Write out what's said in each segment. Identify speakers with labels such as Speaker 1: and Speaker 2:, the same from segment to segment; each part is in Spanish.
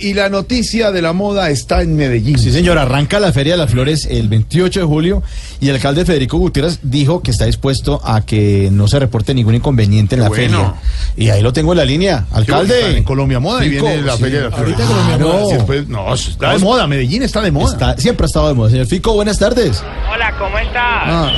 Speaker 1: Y la noticia de la moda está en Medellín.
Speaker 2: Sí, señor, arranca la Feria de las Flores el 28 de julio y el alcalde Federico Gutiérrez dijo que está dispuesto a que no se reporte ningún inconveniente en la
Speaker 1: bueno.
Speaker 2: feria. Y ahí lo tengo en la línea, alcalde.
Speaker 1: Están en Colombia Moda y
Speaker 2: Rico,
Speaker 1: viene la
Speaker 2: sí.
Speaker 1: Feria de la Flor.
Speaker 2: Ahorita Colombia
Speaker 1: no,
Speaker 2: Moda.
Speaker 1: si después- no, si está de moda, Medellín está de moda.
Speaker 2: Está- siempre ha estado de moda, señor Fico. Buenas tardes.
Speaker 3: Hola, ¿cómo estás?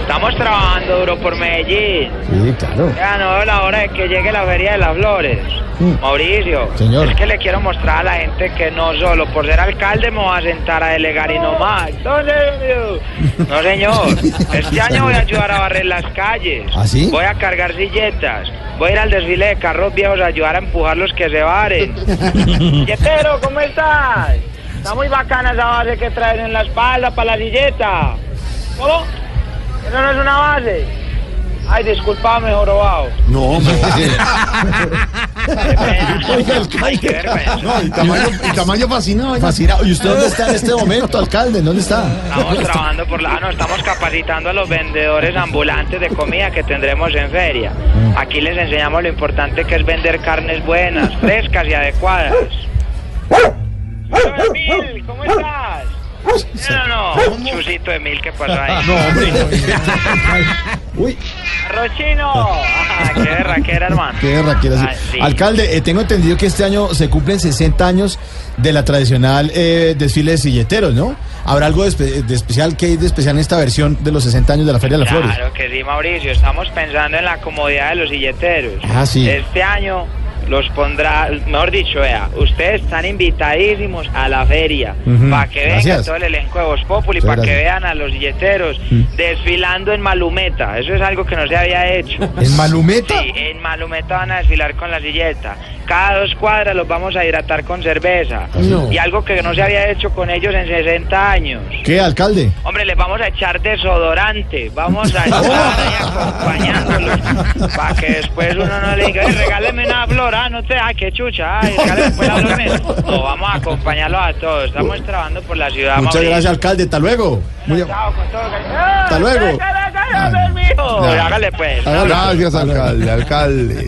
Speaker 3: Estamos trabajando duro por Medellín.
Speaker 2: Sí, claro.
Speaker 3: Ya no veo la hora de que llegue la Feria de las Flores. Mauricio,
Speaker 2: Señor.
Speaker 3: es que le quiero mostrar a la gente que no solo por ser alcalde me voy a sentar a delegar y no más. No, señor. No, señor. Este año voy a ayudar a barrer las calles.
Speaker 2: ¿Ah, sí?
Speaker 3: Voy a cargar silletas. Voy a ir al desfile de carros viejos a ayudar a empujar los que se varen. Silletero, ¿cómo estás? Está muy bacana esa base que traes en la espalda para la silleta. ¿Cómo? Eso no es una base. Ay, discúlpame, jorobado.
Speaker 1: No, hombre.
Speaker 3: Qué pena.
Speaker 2: Oiga, alcalde.
Speaker 3: Qué vergüenza.
Speaker 1: No, y tamaño, y tamaño fascinado. oiga.
Speaker 2: Fascinado. ¿Y usted dónde está en este momento, alcalde? ¿Dónde está?
Speaker 3: Estamos trabajando por la... ah, no, estamos capacitando a los vendedores ambulantes de comida que tendremos en feria.
Speaker 2: Mm.
Speaker 3: Aquí les enseñamos lo importante que es vender carnes buenas, frescas y adecuadas. Chusito de Mil, ¿cómo estás? No, no, no, chusito de mil, ¿qué pasó ahí?
Speaker 2: Ah, No, hombre. Uy,
Speaker 3: ¡Rochino! Ah, ¡Qué berraquera, hermano!
Speaker 2: qué guerra quiere hacer.
Speaker 3: Ah, sí.
Speaker 2: Alcalde, eh, tengo entendido que este año se cumplen 60 años de la tradicional eh, desfile de silleteros, ¿no? ¿Habrá algo de, espe- de especial? ¿Qué hay de especial en esta versión de los 60 años de la Feria de las Flores?
Speaker 3: Claro que sí, Mauricio. Estamos pensando en la comodidad de los silleteros.
Speaker 2: Ah, sí.
Speaker 3: Este año los pondrá, mejor dicho, vea, ustedes están invitadísimos a la feria
Speaker 2: Ujú,
Speaker 3: para que venga
Speaker 2: gracias.
Speaker 3: todo el elenco de Voz Populi,
Speaker 2: Muchas
Speaker 3: para que
Speaker 2: gracias. Mm.
Speaker 3: vean a los silleteros desfilando en Malumeta. Eso es algo que no se había hecho.
Speaker 2: ¿En Malumeta?
Speaker 3: Sí, en Malumeta van a desfilar con la silleta. Cada dos cuadras los vamos a hidratar con cerveza.
Speaker 2: No.
Speaker 3: Y algo que no se había hecho con ellos en 60 años.
Speaker 2: ¿Qué, alcalde?
Speaker 3: Hombre, les vamos a echar desodorante. Vamos a estar ahí acompañándolos. Para que después uno no le diga, "Ey, regáleme una flor. Ah, no te. Ah, qué chucha. Ay, regáleme pues la flor. me-". No, vamos a acompañarlos a todos. Estamos trabajando por la ciudad.
Speaker 2: Muchas
Speaker 3: Mauricio.
Speaker 2: gracias, alcalde. Hasta luego. Muy am-
Speaker 3: Chao, con todo cariño. Ah,
Speaker 2: Hasta luego.
Speaker 3: ya, ya, ya, ya, ya, mijo.
Speaker 2: Ya.
Speaker 3: Hágale pues.
Speaker 2: Hágalo.
Speaker 1: Gracias, alcalde, alcalde.